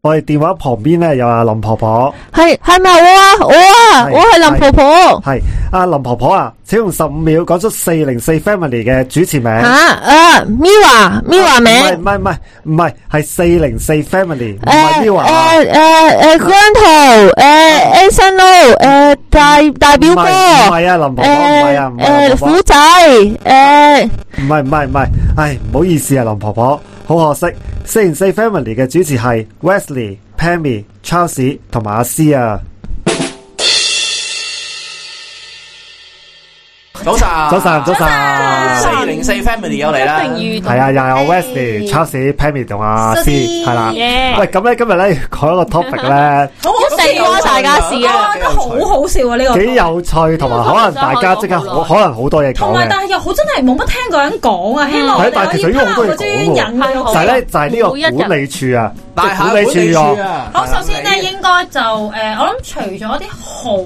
我哋電話旁邊咧有阿林婆婆，系系咪我啊？我啊，係我系林婆婆係阿林婆婆啊，請用十五秒講出四零四 family 嘅主持名。吓啊，Mira Mira 啊唔名係唔係唔係，係四零四 family，唔係诶 Miu 啊，诶诶诶姜涛诶 Anson Lo 诶大大唔係表哥唔係啊，林婆婆唔係诶啊，唔係啊诶林婆婆虎仔诶唔係唔係唔係，唉，唔好意思啊，林婆婆，好可惜，四零四 family 嘅主持係 Wesley、Pammy、Charles 同埋阿詩啊。早晨，早晨，早晨，四零四 family 又嚟啦，一定遇系啊，又有 Wesley、Charles、Pammy 同阿詩， Sophie 系啦。 Yeah 喂，咁咧今日咧講一個 topic 咧，好好一定關大家事啊啊！幾都好有趣好笑啊！呢個幾有趣，同埋可能大家即刻可可能好多嘢同講埋嘅。但係又好真係冇乜聽過人講啊！希望我係但哋係可其實以應該好拋多嘢嗰啲人嘅就好係咧，就係呢個每一日管理處啊，即大係下管理處啊。啊！好，首先咧，英應該就誒、呃我諗除咗啲好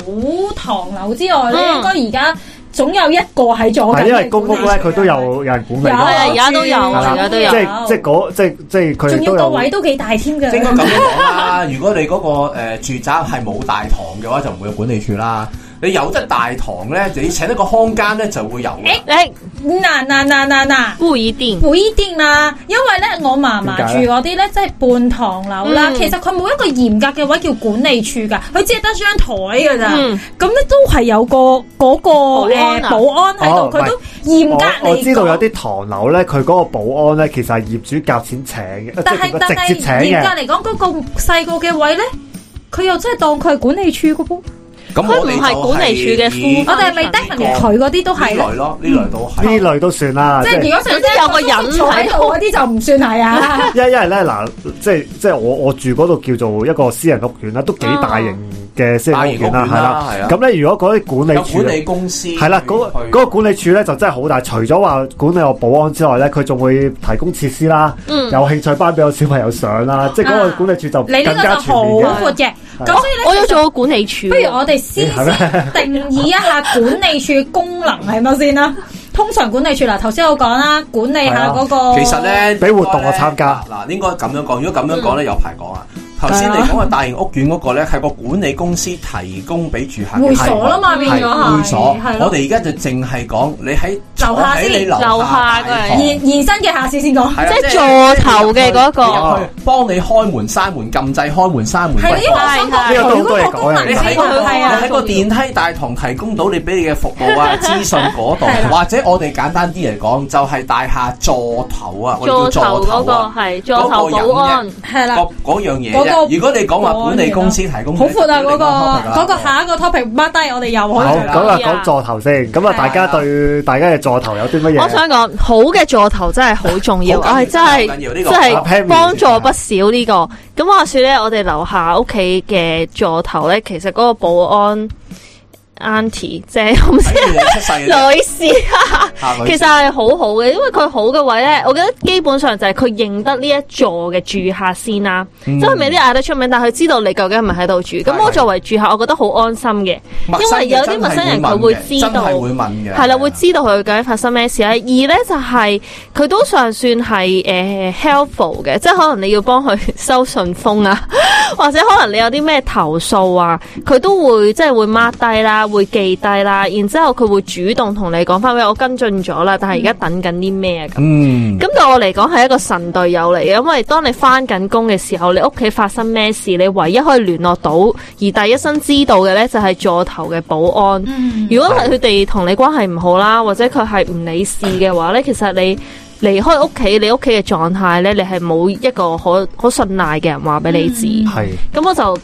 唐樓之外咧，嗯應該而家總有一個喺做緊係嘅因為公屋管咧，理佢都有有人管理㗎有係啊嘛而家都有係啦而家都有即係即係嗰即係即係佢仲哋要都個有。位都幾大添啊應該㗎。咁講啦。 如果你嗰個誒住宅係冇大堂嘅話，就唔會有管理處啦。你有得大堂咧，你請一個看更咧就會有啦。诶嗱嗱嗱嗱嗱！不一定，唔一定啦，因為咧我嫲嫲點解住咧嗰啲咧，即係半唐樓啦。嗯其實佢冇一個嚴格嘅位叫管理處㗎，佢只係得張台㗎咋。嗯咁咧都係有個嗰、個保安誒啊保安喺哦度，佢、都嚴格嚟我我知道講有啲唐樓咧，佢嗰個保安咧，其實係業主夾錢請嘅，但即係係佢但直接係請嚴格嘅。嚟講，嗰、個細個嘅位咧，佢又真係當佢係管理處嘅噃。咁佢我唔哋係管理處嘅就係以夫啊我哋係咪低能嘅？佢嗰啲都係呢啦類咯，呢類都呢係。類都算啦，即係如果總之有個人坐喺喺度度嗰啲就唔算係啊。因因為咧嗱，即係即係我我住嗰度叫做一個私人屋苑啦，都幾大型嘅私人大屋型屋苑苑啦，係啦，啦。係啊。咁咧，如果嗰啲管有理處管理公司係啦，嗰個去嗰個管理處咧就真係好大，除咗話管理我保安之外咧，佢仲會提供設施啦，嗯有興趣班俾我小朋友上啦，即係嗰個啊管理處就你呢 更個加就全好啊面嘅。闊嘅，咁所以咧，我有做過管理處，不如我哋先係咩先定義一下管理處嘅功能係乜先啦。通常管理處嗱，頭先我講啦，管理下嗰個。其實，咧，俾活動我參加應該呢嗱，應該咁樣講。如果咁樣講咧，有排講啊。頭先你講嘅大型屋苑嗰個咧，係個管理公司提供俾住客嘅會所啦嘛係變咗係會所。係咯我哋而家就淨係講你喺樓下先坐喺你樓樓下下大嗰樣堂延延伸嘅下次先講。係啊即係座頭嘅嗰個你入去幫你開門、閂門、撳掣、開門、閂門。係啦，因為我想係係講佢嗰個功能你喺係個係啊你喺。個電梯大堂提供到你俾你嘅服 務啊、資訊嗰度係啦，或者我哋簡單啲嚟講，就係大廈座頭啊，我哋座叫頭座嗰頭啊。個係座頭保安，係啦，嗰嗰樣嘢嗰個啫。如果你講話管理公司提供，好闊啊！你嗰個講嗰 topic 啦個啊下一個 topic mark 低，我哋又可好，以係咁啦再講。啊講座頭先，咁啊係啊大家對大家嘅座頭有啲乜嘢？我想講好嘅座頭真係好重要，我好緊要係真係好緊要呢個真阿 Pam 係幫助不少呢個。咁話說咧，我哋樓下屋企嘅座頭咧，其實嗰個保安 auntie 即係我唔知睇住你出世嘅啫女士啊。下 女其實係好好嘅，因為佢好嘅位咧，我覺得基本上就係佢認得呢一座嘅住客先啦，即係佢未必嗌得出名，但係佢知道你究竟係咪喺度住。咁我嗯係作為住客，我覺得好安心嘅，陌因生為嘅有啲真係陌生人佢會會問嘅知真道係。會問嘅，係啦，會知道佢究竟發生咩事啦。二咧就係、佢都尚算係誒、呃 helpful 嘅，即係可能你要幫佢收信封啊， 或者可能你有啲咩投訴啊，佢都會即係會 mark 低啦，會記低啦，然之後佢會主動同你講翻喂，我跟進咗啦，但係而家等緊啲咩啊咁。嗯。咁對我嚟講係一個神隊友嚟嘅，因為當你翻緊工嘅時候，你屋企發生咩事，你唯一可以聯絡到而第一身知道嘅呢，就係座頭嘅保安。嗯如果係佢哋同你關係唔好啦，或者佢係唔理事嘅嗯話呢，其實你。離開屋企，你屋企嘅狀態呢，你係冇一個可可信賴嘅人話俾你知。嗯係咁我就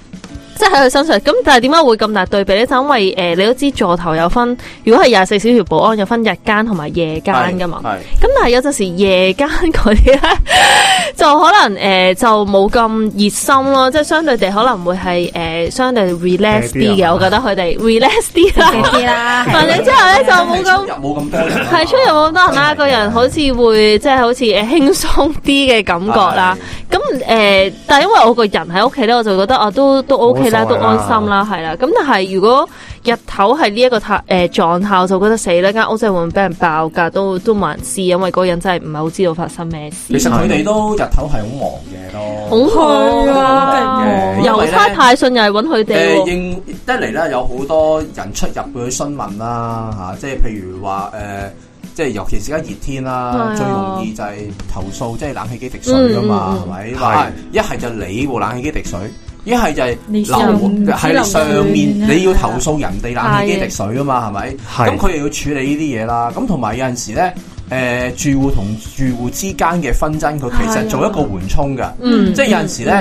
即係喺佢身上。咁但係點解會咁大對比呢？就因為誒、呃你都知座頭有分，如果係廿四小時保安有分日間同埋夜間噶嘛。係咁但係有陣時夜間嗰啲咧， 就可能誒、呃就冇咁熱心咯，即係相對地可能會係誒、呃相對 relax 啲啲啊嘅，我覺得佢哋 relax 啲你啦。知啦，或者之後咧就冇咁出入冇咁多人啊嘛，係出入好多人啦，真係個人好似會即係好似誒輕鬆啲嘅感覺啦。咁誒、呃但係因為我個人喺屋企咧，我就覺得啊，都都 OK 啦，冇所都謂啦安心啦，係啦。咁但係如果日頭係呢一個態誒狀態，我就覺得死啦，間屋真係會唔會俾人爆㗎，都都冇人知，因為嗰個人真係唔係好知道發生咩事其。實佢哋都日頭係好忙嘅好好咯。係啊，呢差派信又係揾佢哋誒喎，應一嚟咧，有好多人出入去詢問啦，嚇、即係譬如話誒、即係尤其是而家熱天啦係，啊最容易就係投訴，即係冷氣機滴水噶嘛，係咪、嗯話啊一係就你部冷氣機滴水，一係就係你樓上係上你面樓你要投訴人哋冷氣機滴水噶嘛，係咪？係咁佢又要處理呢啲嘢啦，咁同埋有陣時咧。誒、住戶同住戶之間嘅紛爭，佢其係實啊做一個緩衝㗎。嗯即係有陣時咧，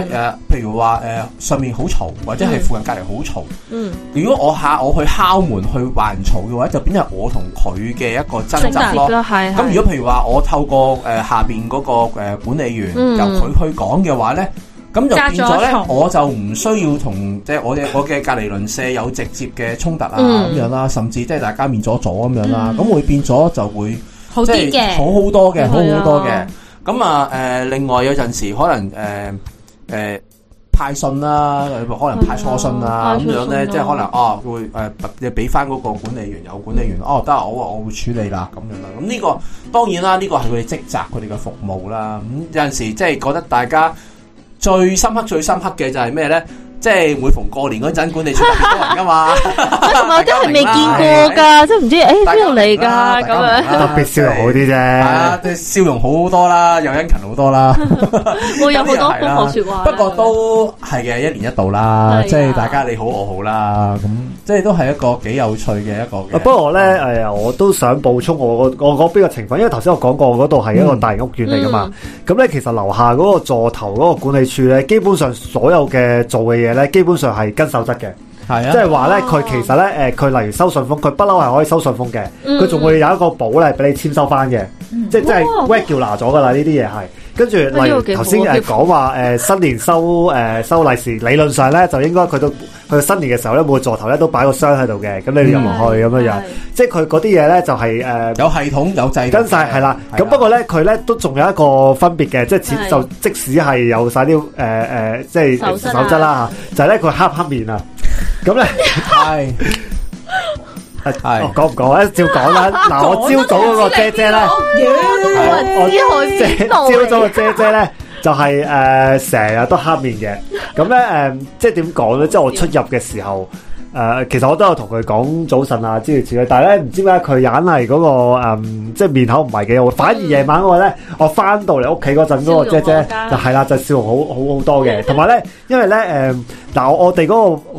誒、譬如話誒、上面好嘈，或者係附近隔離好嘈。嗯，如果我下我去敲門去話人嘈嘅話，就變咗係我同佢嘅一個爭直執接咯。啦，係咁係如果譬如話我透過誒、下邊嗰、個、誒管理員嗯由佢去講嘅話咧，咁就變咗隔咗一咧重，我就唔需要同即係我嘅我嘅隔離鄰舍有直接嘅衝突啊咁、嗯樣啦，甚至即係大家面咗咗咁樣啦，嗯咁、會變咗就會。好即啲係好嘅，好多係嘅，啊好好多嘅。咁啊，誒，另外有陣時可能誒誒派信啦，可能派初信係啦，啊咁樣派咧，初信啦即係可能哦會誒，你俾翻嗰個管理員有管理員，哦得啊，我我會處理啦，咁樣啦。咁呢個當然啦，呢個係佢哋職責，佢哋嘅服務啦。咁有陣時即係覺得大家最深刻、最深刻嘅就係咩咧？即係每逢過年嗰陣，管理處特別多人噶嘛，喂啊同埋有啲係未見過大㗎，即係唔知誒大家邊度嚟明啦㗎咁樣。特別笑容好啲係啊啫，，即係笑容好好多啦，又殷勤好多啦。會有好多科學说話啦。不過都係嘅，一年一度啦係啊，即係大家你好我好啦，咁即係都係一個幾有趣嘅一個嘅。啊不過咧，誒，我都想補充我個我嗰邊嘅情況，因為頭先我講過我嗰度係一個大型屋苑嚟噶嘛。咁咧、其實樓下嗰個座頭嗰個管理處咧，基本上所有嘅做嘅嘢咧，基本上係跟守則嘅。係啊，即係話咧，佢其實咧，誒，佢例如收信封，佢不嬲係可以收信封嘅，嗯佢仲會有一個簿咧俾你簽收翻嘅，即係即係哇 regular 咗噶啦，呢啲嘢係。跟住呢例個如幾好頭先啊誒幾好講話誒新年收誒收利是，理論上咧就應該佢都佢新年嘅時候咧，每個座頭咧都擺個箱喺度嘅，咁你入落去咁樣樣係，即係佢嗰啲嘢咧就係誒。有系統有制度跟晒係啦，咁不過咧，佢咧都仲有一個分別嘅，即係似係就即使係有晒啲誒誒，即係手質啊手質啦嚇，就係咧佢黑黑面啊，咁咧。 係係哦，講唔講咧？照講啦。嗱，我朝早嗰個姐姐咧，我我知佢姐邊朝度嚟早個姐姐咧，就係誒成日都黑面嘅。咁咧誒，即係點講咧？即係我出入嘅時候。誒、其實我都有同佢講早晨啊之類之類，但係咧唔知點解佢硬係嗰、個、嗯、即係面口唔係幾好，反而夜晚我咧，我翻到嚟屋企嗰陣嗰個姐笑容姐可嘉就係啦，就笑容好好好多嘅，同埋咧，因為咧誒嗱，我我哋嗰、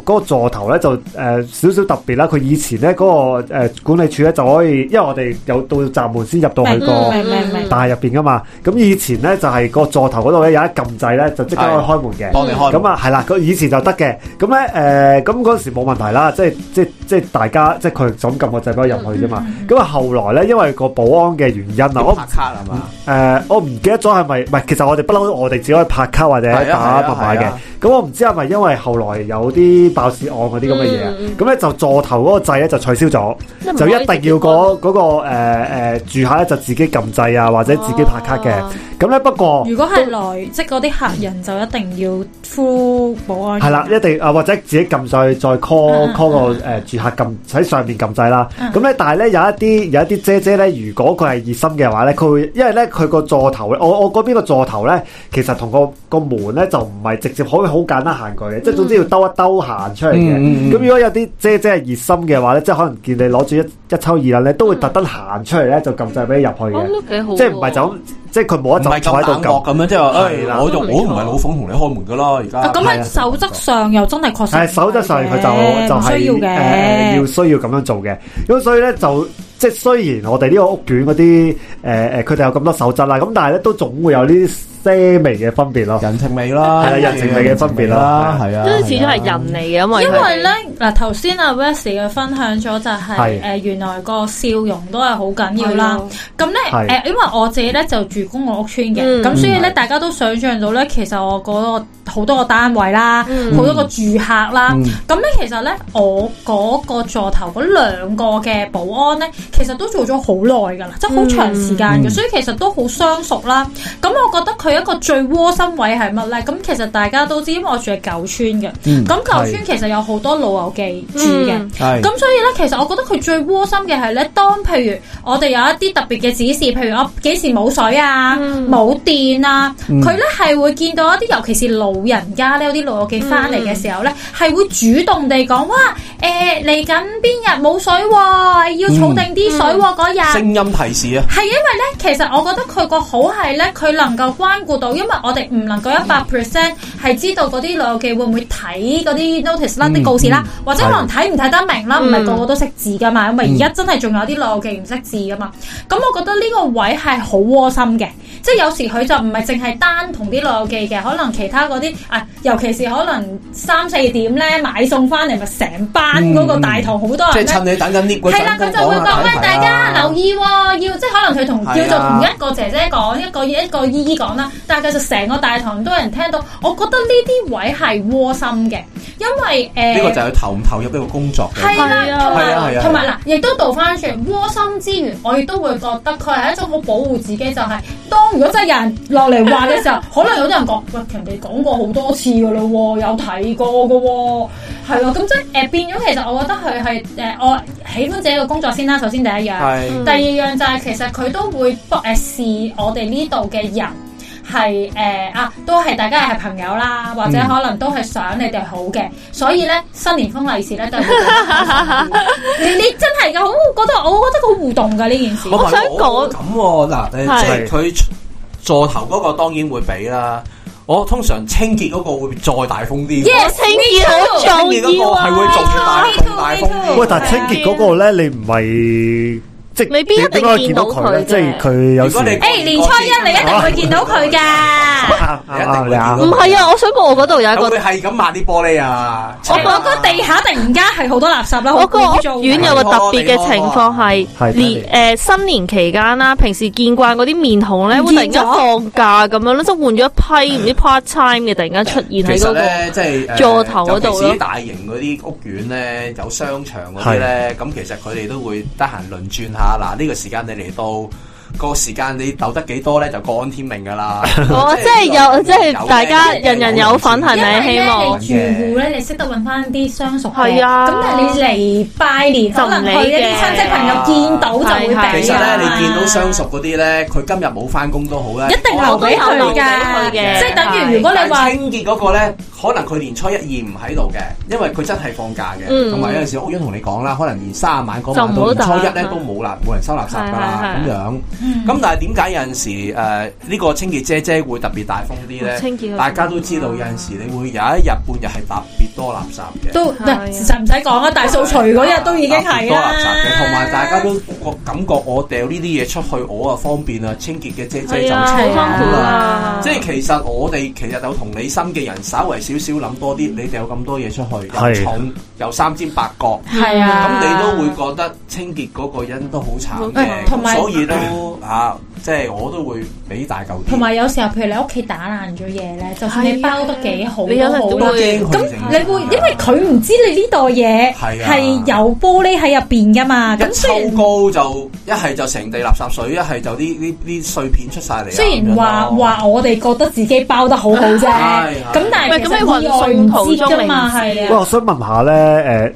個嗰個座頭咧就呃誒少少特別啦，佢以前咧嗰、個、誒管理處咧就可以，因為我哋有到閘門先入到去明個。明明明，大廈入邊噶嘛，咁以前咧就係、個座頭嗰度咧有一撳掣咧就即刻可以開門嘅，幫你開門咁啊係啦，佢以前就得嘅，咁咧誒咁嗰陣時冇問題啦，即係即係即係大家即係佢就咁撳個掣俾我入去啫嗯嘛，咁啊後來咧因為個保安嘅原因啊，要我拍卡啦嘛，誒、呃我唔記得咗係咪，唔係其實我哋不嬲，我哋只可以拍卡或者係啊打係啊密碼係嘅啊。咁我唔知係咪因為後來有啲爆竊案嗰啲咁嘅嘢啊嗯嗯，咁咧、就座頭嗰個掣咧就取消即係咗，唔就可以一定要嗰、嗰個誒、呃、住客咧就自己撳掣啊，或者自己拍卡嘅哦。咁咧不過如果係來即嗰啲客人就一定要 through 保安，係啦，一定啊或者自己撳上去再 call 嗯 call 個誒住客撳喺上面撳掣啦。咁咧，但係咧有一啲有一啲姐姐咧，如果佢係熱心嘅話咧，佢會因為咧佢個座頭咧，我我嗰邊個座頭咧，其實同個個門咧就唔係直接可以好簡單行過去嘅，嗯即係總之要兜一兜行出嚟嘅。嗯嗯嗯咁如果有啲姐姐係熱心嘅話咧，即係可能見你攞住一一抽二兩咧，都會特登行出嚟咧就撳掣俾你啊入去咁嘅，啊都幾好喎，即係唔係就咁，即係佢冇唔得就係坐咁喺度冷撳漠。咁樣，即係話，係誒，啦我就我唔係老馮同你開門噶啦，而啊家咁係啊喺守則上又真係確實係守則上佢就就唔係需要誒誒要嘅，需要咁樣做嘅，咁所以咧就即係雖然我哋呢個屋苑嗰啲誒誒佢哋有咁多守則啦，咁但係咧都總會有呢啲些微嘅分別咯。人情味啦，係啦人情味嘅分別啦係啊，因為始終係人嚟嘅，因為因佢為咧嗱頭先阿 West 嘅分享咗就係係誒原來個笑容都係好緊要啦係啊。咁咧係誒，因為我自己咧就住公共屋村嘅，嗯咁所以咧大家都想象到咧，其實我嗰個好多個單位啦，嗯好多個住客啦嗯，咁咧其實咧我嗰個座頭嗰兩個嘅保安咧，其實都做咗好耐㗎啦，即係好長時間嘅，嗯所以其實都好相熟啦。咁我覺得佢去一個最窩心位係乜咧？咁其實大家都知，因為我住喺舊村嘅，嗯咁舊係村其實有好多老友記住嘅。嗯係咁所以咧，其實我覺得佢最窩心嘅係咧，當譬如我哋有一啲特別嘅指示，譬如我幾時冇水啊、冇、電啊，佢咧係會見到一啲，尤其是老人家咧，有啲老友記翻嚟嘅時候咧，係、會主動地講哇，誒嚟緊邊日冇水喎、要儲定啲水喎、嗰日、聲音提示啊，係因為咧，其實我覺得佢個好係咧，佢能夠關顧到，因為我哋唔能夠嗯一百 percent 係知道嗰啲老友記會唔會睇嗰啲 notice 嗯啦、啲告示啦，或者可能睇唔睇得明啦，唔係個個都識字噶嘛，嗯因為而家真係仲有啲老友記唔識字噶嘛。咁我覺得呢個位係好窩心嘅，即係有時佢就唔係淨係單同啲老友記嘅，可能其他嗰啲啊，尤其是可能三四點咧買餸翻嚟，咪成班嗰個大堂好多嗯即係人趁咧。你等緊 lift 嗰陣係啦，佢就會講講下喂睇大睇啊家留意喎、要即係可能佢同係啊叫做同一個姐姐講，一個一個姨姨講啦，但係佢就成個大堂都有人聽到。我覺得呢啲位係窩心嘅，因為誒。呢個就係佢投唔投入呢個工作嘅。係係啦，啊同係啊係埋啊同埋嗱，亦都倒翻轉窩心之餘，我亦都會覺得佢係一種好保護自己，就係、當如果真係有人落嚟話嘅時候，可能有啲人講喂，人哋講過好多次噶啦喎，有睇過噶喎，係咯，咁即係誒、變咗，其實我覺得佢係誒我喜歡自己嘅工作先啦，首先第一樣。係第二樣就係其實佢都會幫誒試我哋呢度嘅人係誒、啊，都係大家係朋友啦，或者嗯可能都係想你哋好嘅，所以咧新年封利是咧都係會俾大家收到你 你真係㗎，好覺得我覺得好互動㗎呢件事。我想講咁喎嗱，誒即係係佢座頭嗰個當然會俾啦。我通常清潔嗰個會再大風啲。 Yes，清潔好清潔重嗰要個係會啊！仲大 Me 仲大風 too，me 啲。 too 喂，但係清潔嗰個咧，你唔係即係未必一定點解見到佢咧？見到佢嘅即係佢有時如果你誒、年初一你一定會見到佢㗎。 啱啱啱啊你啱唔係啊，我想講，我嗰度有一咁個佢係咁抹啲玻璃啊！我嗰個地下突然間係好多垃圾啦，好我個污糟啊屋㗎。苑有個特別嘅情況係係，係連誒新年期間啦，平時見慣嗰啲面孔咧，會突然間放假咁樣咧，即係換咗一批唔知 part time 嘅，突然間出現喺其實嗰個。咧，即係座頭嗰度咯尤其是啲大型嗰啲屋苑咧，有商場嗰啲咧，咁其實佢哋都會得閒輪轉下。嗱，呢個時間你嚟到，個時間你鬥得幾多咧，就各安天 命噶啦。哦，即係有，即係大家人人有份，係因為咪？希望咧，你住户咧，你識得揾翻啲相熟嘅，係啊咁但係你嚟拜年，就可唔理能去一啲親戚朋友見到就會係俾。其實啊咧，你見到相熟嗰啲咧，佢今日冇翻工都好咧，一定留俾佢我都有留俾㗎，佢嘅即係等於如果你話但清潔嗰個咧，可能佢年初一二唔喺度嘅，因為佢真係放假嘅，嗯同埋有陣時屋苑同你講啦，可能年卅晚嗰就唔晚到好年初一咧打都冇啦，冇人收垃圾㗎啦係係嗯咁係樣。咁但係點解有陣時誒呢個清潔姐姐會特別大風啲咧？清潔嗰個大家都知道有陣時你會有一日半日係特別多垃圾嘅。都係啊唔使唔使講啦，大掃除嗰日都已經係多啦垃圾嘅，同埋大家都個感覺，我掉呢啲嘢出去，我啊方便啊，清潔嘅姐姐就係啊，好清辛苦啦。啊！即係其實我哋其實有同理心嘅人，稍為少少諗多啲，你掉咁多嘢出去，又係重又三尖八角，係咁、啊，你都會覺得清潔嗰個人都好慘嘅，嗯同埋所以都啊，即係我都會俾大嚿啲。同埋有時候，譬如你屋企打爛咗嘢咧，就算你係啊包得幾好你有都陣好都啦會。咁你會因為佢唔知你呢袋嘢係啊係有玻璃喺入邊噶嘛，咁一雖然抽高就一係就成地垃圾水，一係就啲啲啲碎片出晒嚟啊。雖咁樣然話咯話我哋覺得自己包得好好 啫，係咁但係喂其咁實你運意外送途唔知中㗎嘛，你唔知係喂，啊。我想問下咧，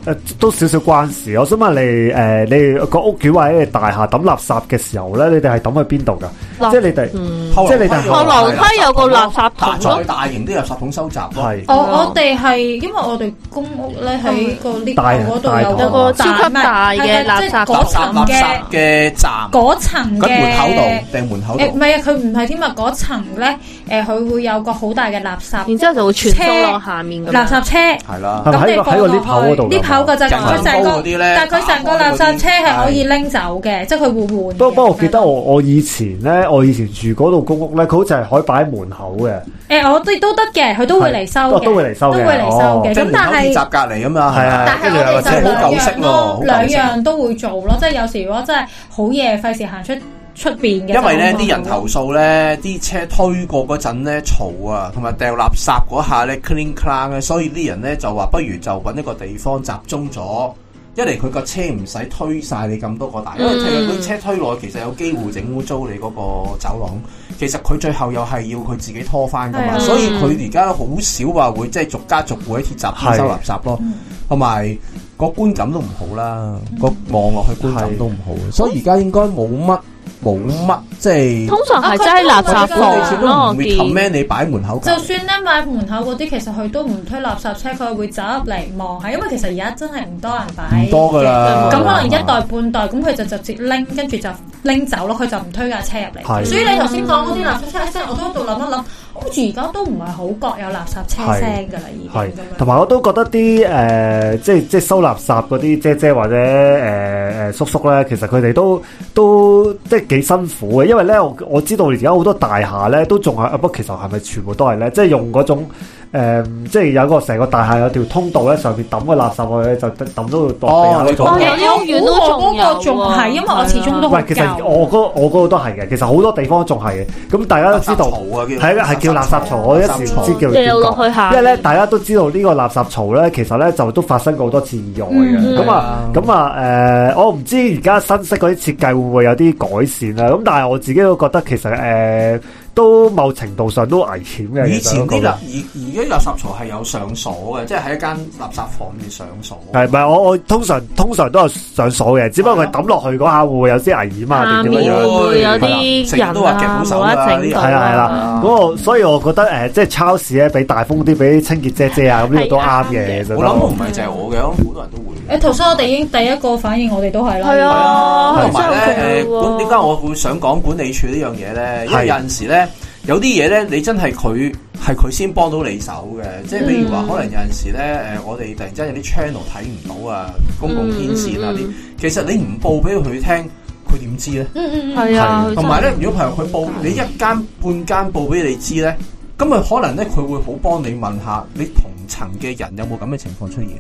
誒、誒，都少少關事。我想問你，誒、你個屋苑或者你大廈抌垃圾嘅時候咧，你哋係抌去邊度噶？嗱即係你哋後即係你哋後樓梯有個垃圾桶咯再大型啲垃圾桶收集咯。係我我哋係因為我哋公屋咧喺個 lift 大嗰度有有個超級大嘅係係即垃係圾嗰垃圾層垃嘅圾嘅站，嗰層咁門口嘅。度掟門口誒唔度，係啊，佢唔係添啊，嗰層咧誒，佢會有個好大嘅垃圾然之後就會傳送落下面咁樣。垃圾車。係啦係。咪咁你喺個喺個 lift 口嗰度㗎嘛 lift 口個就佢人成行道嗰個啲呢，但係佢成個垃圾車係可以拎走嘅，即係佢會換嘅。不過不過，我記得我我以前咧，我以前住嗰度公屋咧，佢好似係可以擺喺門口嘅，誒，我哋都得嘅，佢都會嚟收都嘅，哦都會嚟收嘅哦都會嚟收哦嘅。即係咁門但口鐵係閘隔離啊嘛，係啊但係跟住我又哋話即係就好兩舊式樣咯，好咯，兩舊式。樣都會做咯。即係有時如果真係好夜，費事行出出邊嘅。啊因為咧就冇啲人投訴咧，啲車推過嗰陣咧嘈啊，同埋掉垃圾啊嗰下咧 clean clang 咧，所以啲人咧就話不如就揾一個地方集中咗。一嚟佢個車唔使推晒你咁多個嗯大，因為佢個車推落去其實有機會整污糟你嗰個走廊。其實佢最後又係要佢自己拖翻噶係嘛，啊所以佢而家好少話會即係逐家逐户喺鐵閘邊收垃圾咯，嗯同埋個觀感都唔好啦，個嗯望落去觀感都唔好，所以而家應該冇乜冇乜即係啊通常係真係垃圾地全鐵部房都咯，我唔會見 command 你擺門口㗎。就算咧買門口嗰啲，其實佢都唔推垃圾車，佢會走入嚟望下，因為其實而家真係唔多人擺。唔多㗎啦咁可能一袋半袋，咁佢就直接拎，跟住就拎走咯，佢就唔推架車入嚟。係所以你頭先講嗰啲垃圾車聲，我都喺度諗一諗，好似而家都唔係好覺有垃圾車聲㗎啦，已經係咁，同樣。埋我都覺得啲誒、呃即係即係收垃圾嗰啲姐姐或者誒誒、呃叔叔咧，其實佢哋都都即係幾辛苦嘅，因為咧我我知道而家好多大廈咧都仲係，啊不過其實係咪全部都係咧，即係用嗰種、呃、即係有個成個大廈有條通道咧，上面抌個垃圾落去就抌到落地下哦嗰種哦有啲屋苑都仲有我嗰個仲係，因為我始終都好喂，其舊實。我嗰我嗰個都係嘅，其實好多地方仲係嘅。咁大家都知道，係啊，係叫垃圾槽，我一時唔知叫掉邊落個。去下因為面。咧，大家都知道呢個垃圾槽咧，其實咧就都發生過好多次意外嗯嘅。咁啊，咁啊，誒，我唔知而家新式嗰啲設計會唔會有啲改善啊啦。咁但係我自己都覺得其實誒，都某程度上都危險嘅。以前啲其實垃我而而家垃圾槽係有上鎖嘅，即係喺一間垃圾房入面上鎖。覺得係咪？我我通常通常都有上鎖嘅，只不過佢抌落去嗰下會唔會有啲危險啊？啊下定點面樣樣會唔會有啲人啊，冇得整到係啦係啦，嗰個所以我覺得誒，即係超市咧俾大風啲，俾清潔姐姐啊，咁呢個都啱嘅，其實我諗唔都。係就係我嘅，我諗好多人都會。嗯誒，頭先我哋已經第一個反應，我哋都係啦。係啊係真係好攰同埋咧，誒，喎管點解我會想講管理處呢樣嘢咧？因為係有陣時咧，有啲嘢咧，你真係佢係佢先幫到你手嘅。嗯即係譬如話，可能有陣時咧，誒，我哋突然之間有啲 channel 睇唔到啊，公共天線啊嗯嗯啲，其實你唔報俾佢聽，佢點知咧？嗯嗯嗯。係啊，係佢真係同埋咧，如果譬如佢報你一間半間報俾你知咧，咁啊可能咧佢會好幫你問下你同層嘅人有冇咁嘅情況出現，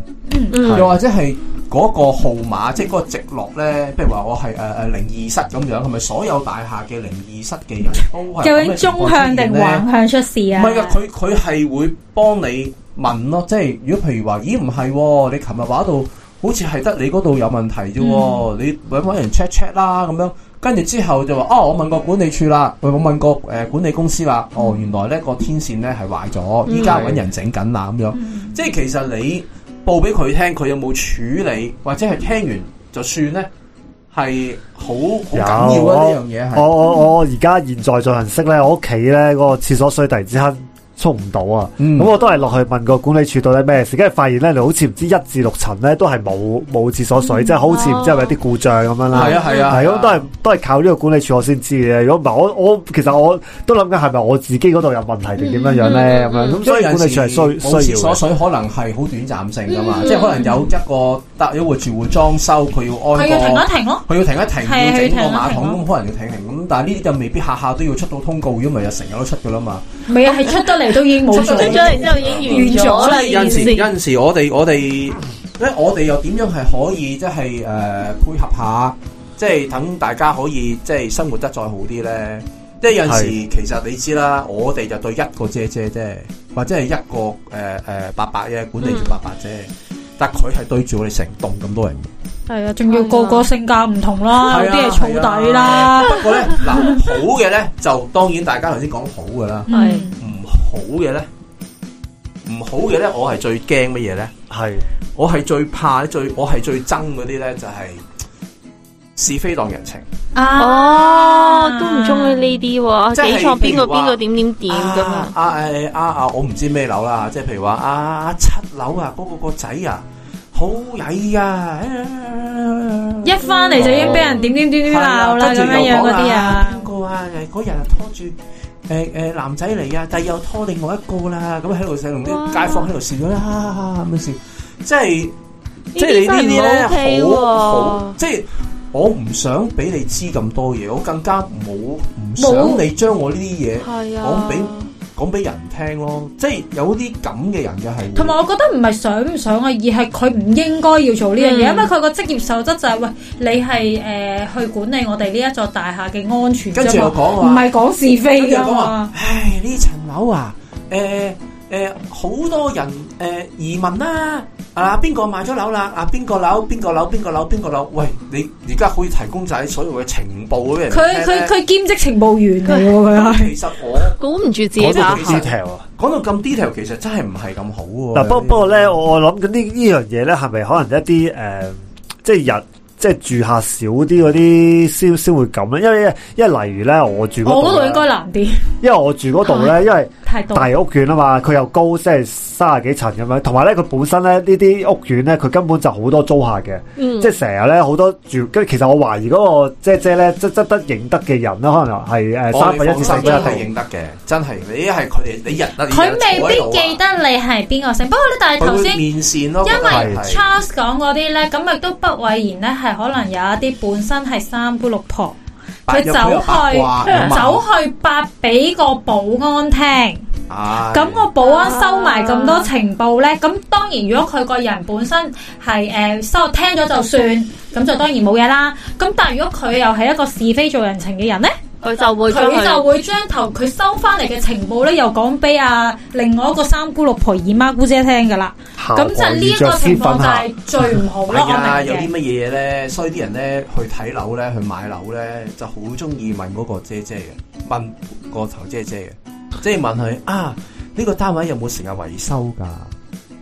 嗯又或者係嗰個號碼，即係嗰個直落咧，譬如話我係誒誒零二室咁樣，係咪所有大廈嘅零二室嘅人都係究有竟咩情況中向定出現呢橫向出事唔啊？係噶，佢佢係會幫你問咯，即係如果譬如話，咦唔係喎，你琴日話度好似係得你嗰度有問題啫嗯喎，你揾揾人 check check 啦咁樣，跟住之後就話哦，我問過管理處啦，喂我問過誒、呃管理公司啦，嗯哦原來呢個天線咧係壞咗，依家揾人整緊啦咁樣，嗯即係其實你報俾佢聽，佢有冇處理，或者係聽完就算咧，係好好緊要啊呢樣嘢係。我我我而家現在進行式咧，我屋企咧嗰個廁所水突然之間沖唔到啊，嗯咁我都係落去問個管理處到底咩事，跟住發現咧，你好似唔知一至六層咧都係冇冇廁所水，即係好似唔知係咪有啲故障咁樣啦。係啊係啊，係咁，都係都係靠呢個管理處我先知嘅。如果唔係，我我其實我都諗緊係咪我自己嗰度有問題定點樣樣咧咁樣。咁所以管理處係需冇需廁要嘅。所水可能係好短暫性噶嘛，即係可能有一個搭一個住戶裝修，佢要嗯佢安要停個一停咯。佢要停一停，係要整個馬佢要停桶一咁，可能要停一停咁，但係呢啲就未必下下都要出到通告，如果唔係就成日都出噶啦嘛。未啊，係出得嚟都已經冇出咗得。出咗嚟之後已經完咗啦，所以有呢陣時，件有事。陣時我哋我哋咧，我哋又點樣係可以即係誒配合下，即係等大家可以即係生活得再好啲咧？即係有陣時其實你知啦，我哋就對一個姐姐啫，或者係一個誒誒、呃伯伯啫，管理住伯伯啫。但佢係對住我哋成棟咁多人嘅，係啊，仲要個個性格唔同啦，有啊啲係草底啦係。啊不過咧，嗱好嘅咧，就當然大家頭先講好嘅啦，係嗯唔好嘅咧，唔好嘅咧，我係最驚乜嘢咧？係我係最怕最我係最憎嗰啲咧，就係、是、非當人情。哦，都唔中意呢啲喎，即係幾錯邊個譬如話邊個點點點咁啊啊！啊誒啊啊！我唔知咩樓啦，即係譬如話啊七樓啊，嗰、個個仔啊，好曳啊！一翻嚟就已經俾人點點點點啊鬧啦，咁樣樣嗰啲啊邊。個啊？誒嗰日啊拖住。誒誒、男仔嚟啊，第二又拖另外一個啦，咁喺度成同啲街坊喺度笑咗啦，咁樣笑，即係即係你呢呢啲真係啲咧，唔 OK 好好喎，即係我唔想俾你知咁多嘢，我更加冇唔想冇你將我呢啲嘢係講啊，俾講俾人聽咯，即係有啲咁嘅人嘅係會，同埋我覺得唔係想唔想啊，而係佢唔應該要做呢樣嘢，嗯因為佢個職業守則就係、喂，你係誒、呃去管理我哋呢一座大廈嘅安全跟住啫又嘛，講唔話，係講是跟非住又噶講話嘛，。唉 à? 呢層樓啊，誒誒好多人誒、呃移民啦、啊邊個買咗樓啦？啊邊個樓？邊個樓？邊個樓？邊個樓？喂，你而家可以提供晒所有嘅情報俾人佢佢佢兼職情報員嚟喎，佢佢係其實我估唔住自己把口其實。 detail 啊。講到咁 detail，其實真係唔係咁好喎。嗱，不不過嗯咧，我我諗緊呢呢樣嘢咧，係咪可能一啲誒、呃即係人即係住客少啲嗰啲先先會咁咧？因為因為例如咧，我住我嗰嗰度度應該呢，難啲，因為我住嗰度咧，因為太多。大屋苑啊嘛，佢又高，即係三十幾層咁樣，同埋咧佢本身咧呢啲屋苑咧，佢根本就好多租客嘅，嗯即係成日咧好多住，跟住其實我懷疑嗰個姐姐咧，即即得認得嘅人啦，可能係誒呃我三哋分一至放四分心真一係定。認得嘅，真係你係啊佢哋，你日得佢未必 à. 記得你係邊個姓，不過咧，但係佢頭會先。面善咯，因為為 Charles 講嗰啲咧，咁亦都不諱言咧，係可能有一啲本身係三姑六婆，佢走去走去八俾個保安聽，咁個保安收埋咁多情報啊咧，咁當然如果佢個人本身係誒、呃收聽咗就算，咁就當然冇嘢啦。咁但係如果佢又係一個是非做人情嘅人咧，佢就會將佢就佢會將頭佢收翻嚟嘅情報咧，又講俾啊另外一個三姑六婆姨媽姑姐聽噶啦。啊咁就呢一個情況就係最唔好唔咯，係啊，我有啲明嘅。乜嘢嘢咧？所以啲人咧去睇樓咧，去買樓咧，就好中意問嗰個姐姐嘅，問個頭姐姐嘅，即係問佢啊，呢、個單位有冇成日維修㗎？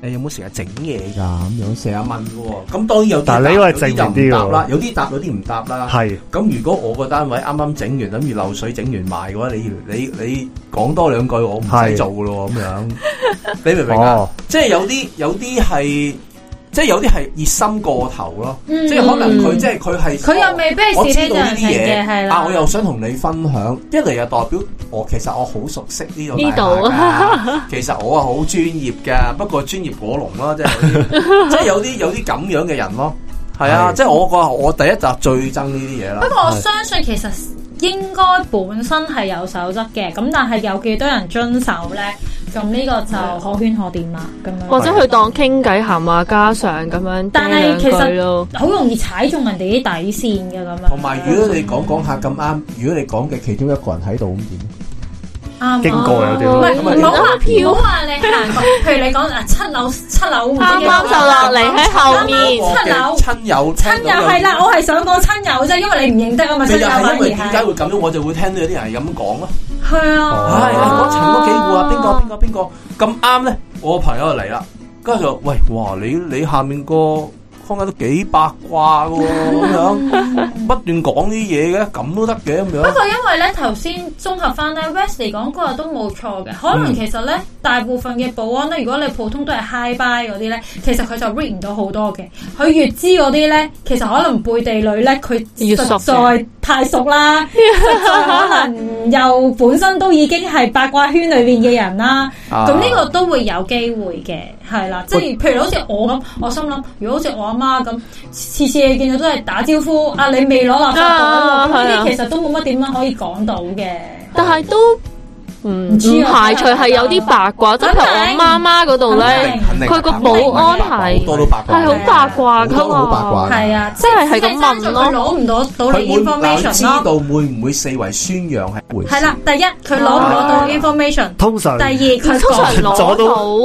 誒有冇成日整嘢㗎？咁樣成日問嘅喎，咁當然有啲答，但係你呢個係有啲就正面唔啲答喎啦，有啲答，有啲唔答啦。係咁如果我個單位啱啱整完，諗住漏水整完賣嘅話，你你你講多兩句，我唔使係做嘅咯，咁樣，你明唔明啊？哦，即係有啲有啲係，即係有啲係熱心過頭咯，嗯即係可能佢即係佢係哦佢又未必我係是知非道呢做啲人情嘅，係嘢，啦。啊，我又想同你分享，一嚟又代表我其實我好熟悉呢度呢度度， 其實我啊好專業噶，不過專業果龍咯，即係有啲 即係有啲有啲咁樣嘅人咯，係啊，係即係我個我第一集最憎呢啲嘢啦不。過我相信其實應該本身係有守則嘅，咁但係有幾多人遵守咧？咁呢個就可圈可點啦，咁樣。或者佢當傾偈閒話家常咁樣，但係係其實咯，好容易踩中人哋啲底線嘅咁啊樣。同埋，如果你講講下咁啱，如果你講嘅其中一個人喺度咁點？啱啊經過有唔啲係啊唔好話飄唔好話你行過，譬如你講啊七樓七樓唔知啱幾啱多就落嚟喺後面。我嘅親友啊親聽到有友係啦，我係想講親友啫，因為你唔認得啊咪嘛，親就友係反因而為點解係會咁樣，我就會聽到有啲人係咁講咯。係啊。唉，哦嗰層嗰幾户啊，邊個邊個邊個咁啱咧？我個朋友就嚟啦，跟住就喂，哇！你你下面個空間都幾八卦喎，咁 樣不斷講啲嘢嘅，咁都得嘅咁不樣。過因為咧頭先綜合翻咧 Wesley 講嗰日都冇錯嘅，可能嗯其實咧大部分嘅保安咧，如果你普通都係 high buy 嗰啲咧，其實佢就 read 唔到好多嘅。佢越知嗰啲咧，其實可能背地裏咧佢越熟實在太熟啦，實在可能又本身都已經係八卦圈裏邊嘅人啦。咁呢個都會有機會嘅，係啦，即係譬如好似我咁，我心諗，如果好似我阿媽咁，次次你見到都係打招呼，啊你未攞垃圾袋啊喎，咁係呢啊啲其實都冇乜點樣可以講到嘅。但係都唔唔知唔啊排除係有啲八卦，即係譬如肯定我媽媽嗰度肯咧定，肯定佢個肯定保安好多係都八卦，啊係好八卦好多都好八噶卦嘛，係啊，即係係咁即係問咯。佢攞唔到佢到你會嗱佢知 information 咯。道會唔會四圍宣揚係回事係啦，，第一佢攞唔攞到 information，通常第二佢啊通常講攞攞到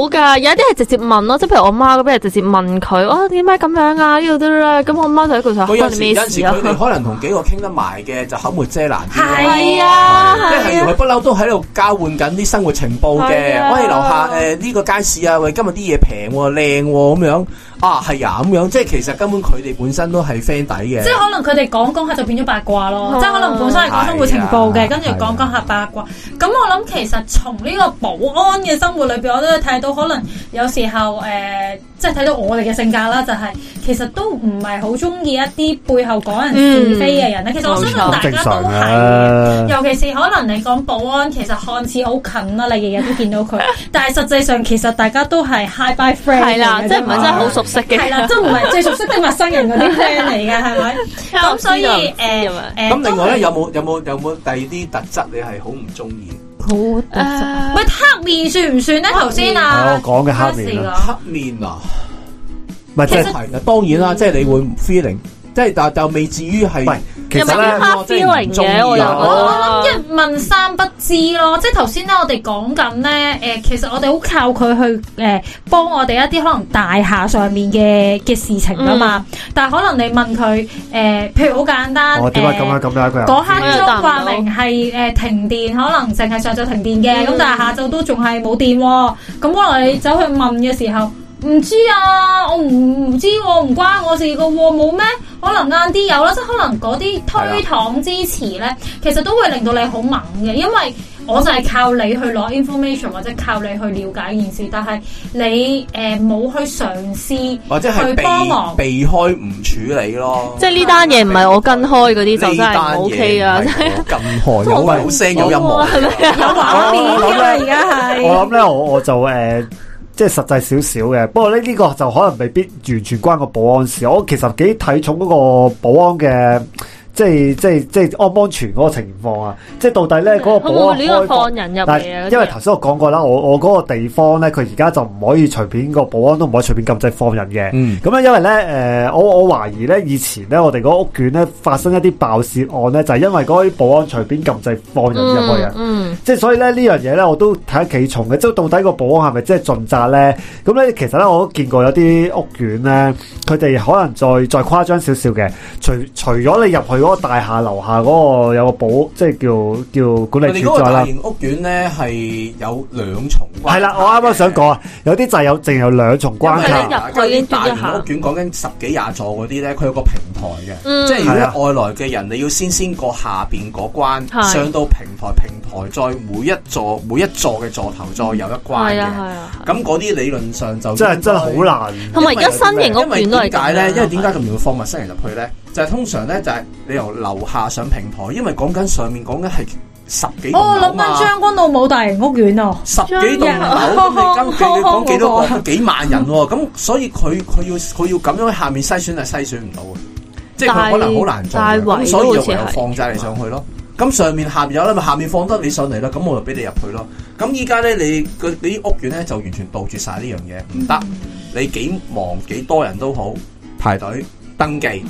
到噶，有一啲係直接問咯，即係譬如我媽嗰邊係直接問佢，啊點解咁樣啊呢度都啦，咁我媽就喺佢就佢關有你時咩有陣時事啊佢？ 哋可能同幾個傾得埋嘅，就口沒遮攔啲咯。係係啊，即係係佢啊，不嬲都喺度交換緊啲生活情報嘅。係啊喂，樓下誒呢個街市啊，喂今日啲嘢平喎，靚喎咁樣啊，係啊咁樣。即係其實根本佢哋本身都係 friend 底嘅即。係可能佢哋講講下就變咗八卦咯，哦即係可能本身係講生活情報係啊嘅，跟住講講下八卦。咁我諗其實從呢個保安嘅生活裏邊，我都睇到可能有時候誒、呃即係睇到我哋嘅性格啦，就係、其實都唔係好中意一啲背後講人是非嘅人咧。其實我相信嗯冇大咁正家常啊都係。嘅。尤其是可能你講保安，其實看似好近啦，你日日都見到佢，但係實際上其實大家都係 high by friend 係啦，嚟嘅即係唔係真啫嘛係好熟悉嘅。係 啦，即係唔係最熟悉啲陌生人嗰啲 friend 嚟 嘅，係咪？咁啊所以誒 誒，咁另外咧，有有冇有冇有冇第二啲特質你係好唔中意？好誒喂黑面算唔算咧？頭先嗯係啊我，講嘅黑面啦，黑面啊，唔係即係其實嗯係啊，當然啦，即係你會 feeling，即係但但未至於係唔係，其其有實咧，冇啲呢 hard 我真係唔 feeling 中意啊嘅？我又覺我我諗得。哦一問三不知咯，即係頭先咧，我哋講緊咧，诶、其實我哋好靠佢去诶帮、幫我哋一啲可能大廈上面嘅嘅事情噶嘛，但系可能你問佢诶、誒譬如好簡單，我哦點解誒咁樣啊咁樣一個人？嗰刻鐘話明係誒停電，可能淨係上晝停電嘅，咁、但係下晝都仲係冇電喎。咁可能你走去問嘅時候，唔知啊，我唔唔知喎，唔關我事嘅喎，冇咩？可能晏啲有啦，即係可能嗰啲推搪支持咧，其實都會令到你好猛嘅，因為。我就係靠你去攞 information 或者靠你去了解件事，但係你誒冇、去嘗試或者係去幫忙避避開唔處理咯。即係呢單嘢唔係我跟開嗰啲就真呢單係嘢唔 OK 啊！唔真係係我近何有喂好聲有音哇樂，係咪啊？畫面㗎啦，而家係。我諗咧，我我就诶。呃即係實際少少嘅，不過呢呢個就可能未必完全關個保安事。我其實幾睇重嗰個保安嘅，即係即係即係安唔安全嗰個情況啊！即係到底咧嗰、個會保唔安會亂開放放人入嚟但啊？係因為頭先我講過啦，我我嗰個地方咧，佢而家就唔可以隨便個保安都唔可以隨便禁制放人嘅。嗯咁啊咧，因為咧，誒、我我懷疑咧，以前咧，我哋嗰屋苑咧發生一啲爆竊案咧，就係、因為嗰啲保安隨便禁制放人入去啊。嗯，即係所以咧呢樣嘢咧，我都睇得幾重嘅。即係到底個保安係咪真係盡責咧？咁咧其實咧我都見過有啲屋苑咧，佢哋可能再再誇張少少嘅。除除咗你入去嗰個大廈樓下嗰個有個保，即係叫叫佢管理哋處嗰個在大啦。型屋苑咧係有兩重關係啦，我啱啱想講啊，有啲就係有淨有兩重關因為卡你。入去已經大轉一型下屋苑講緊十幾廿座嗰啲咧，佢有個平台嘅，嗯即係係啊如果外來嘅人，你要先先過下邊嗰關，係上到平台，平台再每一座每一座嘅座頭再有一關係嘅啊，係。啊。咁嗰啲理論上就真係真係好難。難，同埋而家新型因屋為苑都係點解咧？因為點解解？咁容易放陌生人入去咧？就係、通常咧，就係、你由樓下上平台，因為講緊上面講緊係十幾棟哦，啊樓諗緊嘛。將軍澳冇大型屋苑啊！十幾棟樓，咁你今你講幾多 個幾萬人喎？咁所以佢佢要佢要咁樣喺下面篩選係篩選唔到嘅，即係佢可能好難做嘅。大圍咁所以就好似唯有係放晒你上去咯。咁上面下面有啦，咪下面放得你上嚟啦，咁我就俾你入去咯。咁依家咧，你嗰啲屋苑咧就完全杜絕晒呢樣嘢，唔得。嗯你幾忙幾多人都好，排隊登記，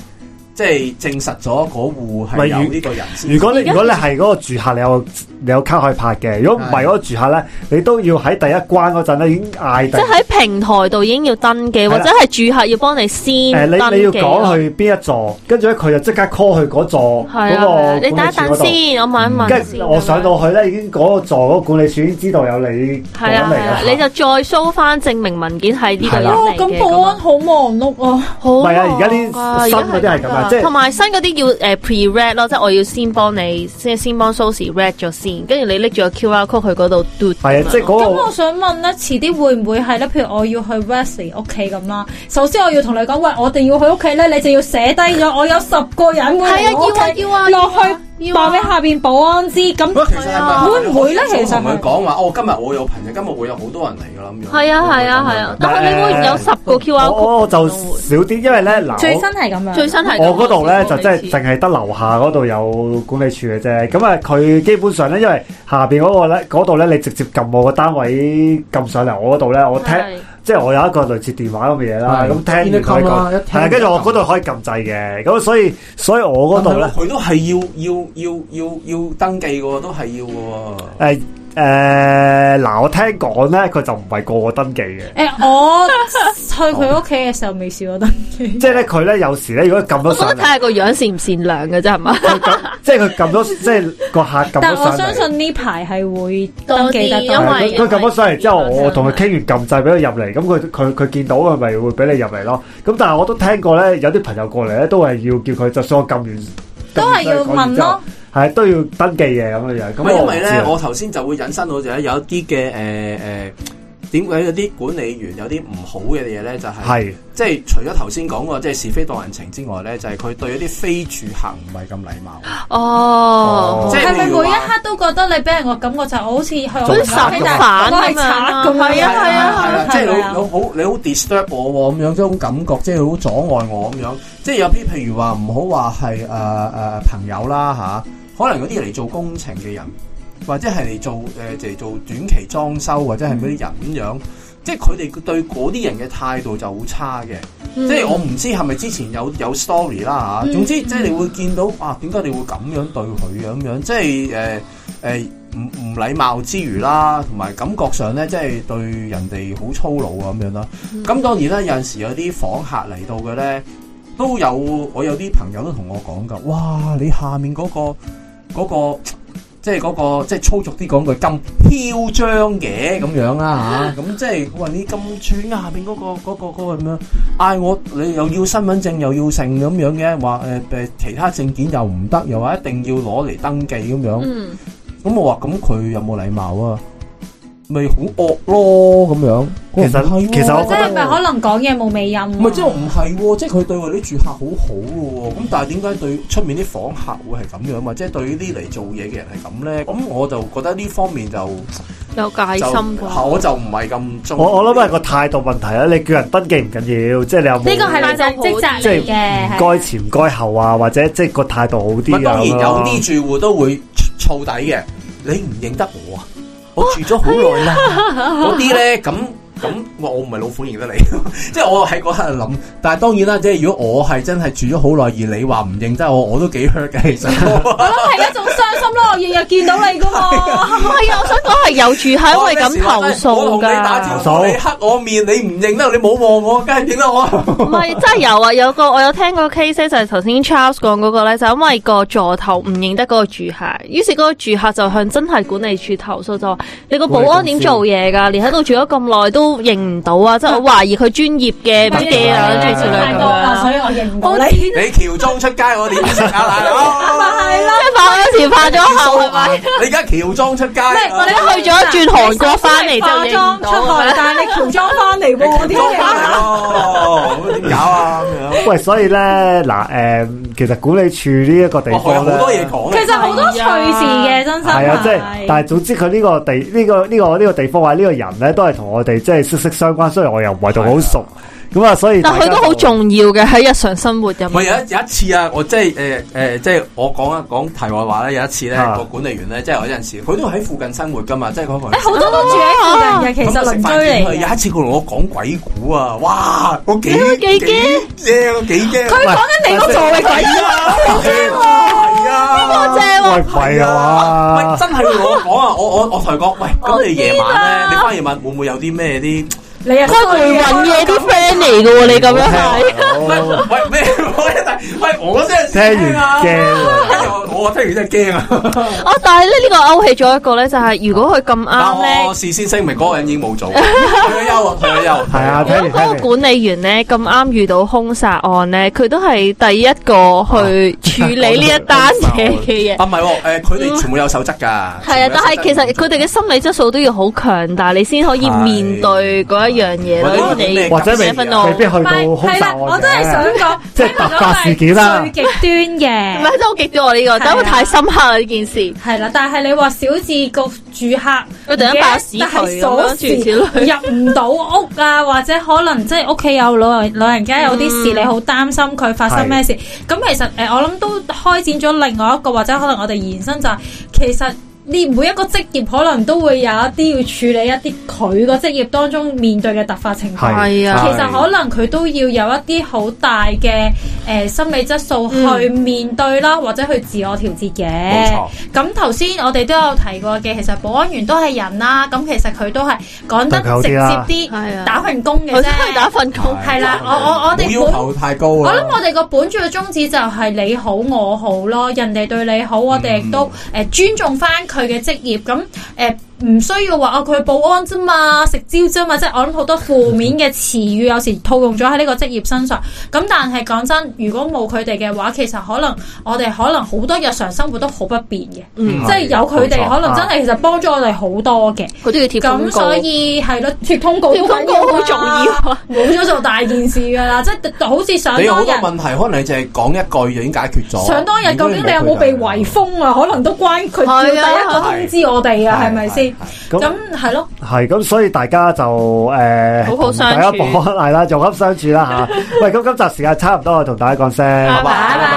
即係證實咗嗰戶係咪有如呢個人先。如果你如果你係嗰個住客，你有你有卡可以拍嘅。如果唔係嗰個住客咧，你都要喺第一關嗰陣咧已經嗌即定係喺平台度已經要登記，係啦或者係住客要幫你先誒，登你你要記啊咯。講去邊一座，跟住咧佢就即刻 call 去嗰座係嗰啊係啊，個你等一管等理處嗰度。先，我問一問跟先。住我上到去咧，已經嗰個座嗰個管理處已經知道有你係講啊係啊，嚟你就再 show 翻證明文件係呢個係人啦哦嚟，嘅啊咁保安好忙碌啊！好唔係啊忙而家啲㗎新嗰而家啲係咁啊㗎即係同埋新嗰啲要誒 pre read 咯，即係我要先幫你，先先幫 Sosze read 咗先，跟住你拎住個 QR code 去嗰度 do。係啊，即係咁嗰個我想問咧，遲啲會唔會係咧？譬如我要去 Wesley 屋企咁啦，首先我要同你講，喂，我哋要去屋企咧，你就要寫低咗，我有十個人會係啊嚟我屋企要啊要啊落要去啊話俾下邊保安知。咁咁其實係啊咪會唔會咧？其實同佢係講話，哦，今日我有朋友，今日會有好多人嚟㗎啦咁樣。係啊係啊係啊，但係你會有十個我 QR 我我 code 就少啲，因為咧嗱，最新我係咁樣，最新係啊我嗰度咧就真係啊係淨係得樓下嗰度有管理處嘅啫。咁啊，佢基本上咧，因為下邊嗰個咧，嗰度咧你直接撳我個單位撳上嚟，我嗰度咧我聽係。即係我有一個類似電話咁嘅嘢啦，係咁聽完佢 intercom 啦一講，聽係啊跟住我嗰度可以撳掣嘅，咁所以所以我嗰度咧。佢都係要要要要要登記嘅喎，都係要嘅喎。诶诶，誒嗱、我聽講咧，佢就唔係個個登記嘅，誒，我去佢屋企嘅時候未試過登記。即係咧佢咧有時咧，如果撳我咗覺上得睇嚟，下個樣善唔善良嘅啫，係嘛？ 佢撳即係佢撳咗，即係個客撳但咗我上相嚟。信呢排係會登記得多啲多因係為佢佢撳咗上嚟之後，因為我同佢傾完撳掣俾佢入嚟，咁佢佢佢見到佢咪會俾你入嚟咯。咁但係我都聽過咧，有啲朋友過嚟咧，都係要叫佢，就算我撳完，都係要問咯，係都要登記嘅咁嘅樣。咁咁因我為唔知咧，啊我頭先就會引申到就係有一啲嘅誒誒，呃點解有啲管理員有啲唔好嘅嘢咧？就係係即係除咗頭先講過即係是非當人情之外咧，就係佢對一啲非住客唔係咁禮貌。哦，即係係咪譬如話每一刻都覺得你俾人個感覺就好似去我做屋企賊咁但係我係賊咁樣？係啊係啊係啦，即係係你咪啊好你好你好 disturb 我喎，咁樣即係種感覺，即係好阻礙我咁樣。即係有啲譬如話唔好話係誒誒呃朋友啦嚇、可能嗰啲嚟做工程嘅人，或者係嚟做誒呃嚟、做短期裝修或者係嗰啲人咁樣，即係佢哋對嗰啲人嘅態度就好差嘅。嗯即係我唔知係咪之前有有 story 啦嚇。總之即係你會見到啊，點解你會咁樣對佢咁樣？即係誒誒唔唔禮貌之餘啦，同埋感覺上咧，即係對人哋好粗魯啊咁樣啦。咁當然啦，有陣時有啲訪客嚟到嘅咧，都有我有啲朋友都同我講噶，哇！你下面嗰、個嗰、個。即係嗰、個即係粗俗啲講句咁囂張嘅咁樣 啦嚇，咁、即係喂你咁串啊下邊嗰、個嗰、個嗰、個咁樣嗌我你又要身份證又要剩咁樣嘅，話誒誒其他證件又唔得，又話一定要攞嚟登記咁樣。嗯，咁我話咁佢有冇禮貌啊？咪好惡咯咁樣。其實我話唔係喎其實我即係咪可能講嘢冇尾音啊？唔係即係我唔係喎，即係佢對我哋啲住客好好嘅喎。咁但係點解對出面啲訪客會係咁樣啊？即係對呢啲嚟做嘢嘅人係咁咧？咁我就覺得呢方面就有戒就啊心啩。我就唔係咁中意。我我諗係個態度問題啦。你叫人登記唔緊要，即係你有冇呢個係女仔職責即係嚟唔嘅，該前唔該後啊，或者即係個態度好唔係啲啊。當然有咁樣啲住戶都會燥底嘅，你唔認得我啊？ 我住咗好耐啦，哎嗰啲咧咁咁，我我唔係老虎認得你， 即係我喺嗰刻諗。但係當然啦，即係如果我係真係住咗好耐，而你話唔認得我，我都幾 hurt 嘅。其實我諗係一種傷心咯，我日日見到你噶嘛。唔係啊，我想講係有住哎客因為咁啊投訴我同你打㗎。招呼，你黑我面，你唔認得，你冇望我，梗係認得我。唔係，真係有啊！有個我有聽過 case 咧，就係頭先 Charles 講嗰個咧，就因為個座頭唔認得嗰個住客，於是嗰個住客就向真係管理處投訴，就話你個保安點做嘢㗎？連喺度住咗咁耐都認唔到啊！即係我懷疑佢專業嘅乜嘢啊，諸如此類太咁多啦，所樣。以我認唔到你。 你喬裝出街，我點識啊？大佬，係啦，拍嗰時拍咗後係咪？哦你而家喬裝出街，哦我哋去咗轉韓國翻嚟就認化唔妝到出係去咪，但係你喬裝翻嚟喎，我你啲喬裝翻嚟嘢。咯，哦咁點搞啊？咁樣。喂，所以咧嗱誒，其實管理處呢一個地哇佢有方好多咧嘢。講啊其嘅。實好多趣事嘅，真心係啊，即係，但係總之佢呢個地呢、個呢、個呢、個地方或啊者呢個人咧，都係同我哋即係息息相關。雖然我又唔係同佢好熟，咁啊，所以但大家佢都好重要嘅喺日常生活入唔係有面。一有一次啊，我即係誒誒，即係我講一講題外話咧。有一次咧，啊個管理員咧，即係我有陣時，佢都喺附近生活噶嘛，即係嗰個人。好多都住喺附哎近嘅，其咁啊實我食飯鄰見佢居有嚟嘅。一次佢同我講鬼故啊，哇！我啊幾幾驚驚，我幾驚。啊唔係緊你嗰座嘅鬼係啊，好驚喎，係啊，正喎喂貴啊！啊喂，嘛，真係要同我講啊！我我我同佢講，喂，咁你夜晚咧，你翻夜晚會唔會有啲咩啲？你又佢回魂夜啲 friend 嚟嘅喎，你咁樣係。好喂咩？喂，喂我真係聽完驚啊！驚啊！我我聽完真係驚啊！哦，但係咧呢個勾起咗一個咧，就係如果佢咁啱但咧我，事先聲明，嗰個人已經冇做，退咗休啊，退咗休。係啊，如聽完果嗰個聽完，管理員咧咁啱遇到兇殺案咧，佢都係第一個去處理呢一單嘢嘅嘢。 啊，唔係喎，誒，佢哋全部有守則㗎。係啊係啊，但係其實佢哋嘅心理質素都要好強大，你先可以面對嗰一樣嘢係咯。你或者咁未寫份未必去到兇係殺啦，案啊我真係想嘅講， 即係突發事件啦最極端唔嘅係真係好極端我呢個，係啊真係太深刻啦呢件事。係啦，但係你話小字局住客，佢突然間爆屎渠咁樣諸如此入唔到屋啊，或者可能即係屋企有老人老人家有啲嗯事，你好擔心佢發生咩事。咁其實誒、呃我諗都開展咗另外一個，或者可能我哋延伸就係、其實。呢每一個職業可能都會有一啲要處理一啲佢個職業當中面對嘅突發情況，係啊其實可能佢都要有一啲好大嘅誒、呃心理質素去面對啦，或者去自我調節嘅。冇錯咁頭先我哋都有提過嘅，其實保安員都係人啦，咁其實佢都係講對得佢好直啲啦接係啊啲，打份工嘅我真係打啫。份工，係啦，我我我哋要本求太高啦。我諗我哋個本住嘅宗旨就係你好我好咯，人哋對你好，我哋亦都誒尊重翻佢嘅職業，咁誒唔需要話哦佢保安啫嘛，食蕉啫嘛，即係我諗好多負面嘅詞語有時套用咗喺呢個職業身上。咁但係講真，如果冇佢哋嘅話，其實可能我哋可能好多日常生活都好不便嘅，嗯即係有佢哋冇錯可能真係其實幫咗我哋好多嘅。佢都要貼咁廣告。所以係咯，貼通告 貼通告好重要啊冇咗做大件事㗎啦，即係好似想你有好啊當多人。問題，哦可能你淨係講一句就已經解決咗。上當日究竟你有冇被圍封啊？可能都關佢係啊要第一個通知我哋啊，係咪先？咁咁係咯，係咁，所以大家就誒，好好同相大家處 保安係啦，融洽相處啦吓。喂，咁今集時間差唔多，我同大家講聲，拜拜拜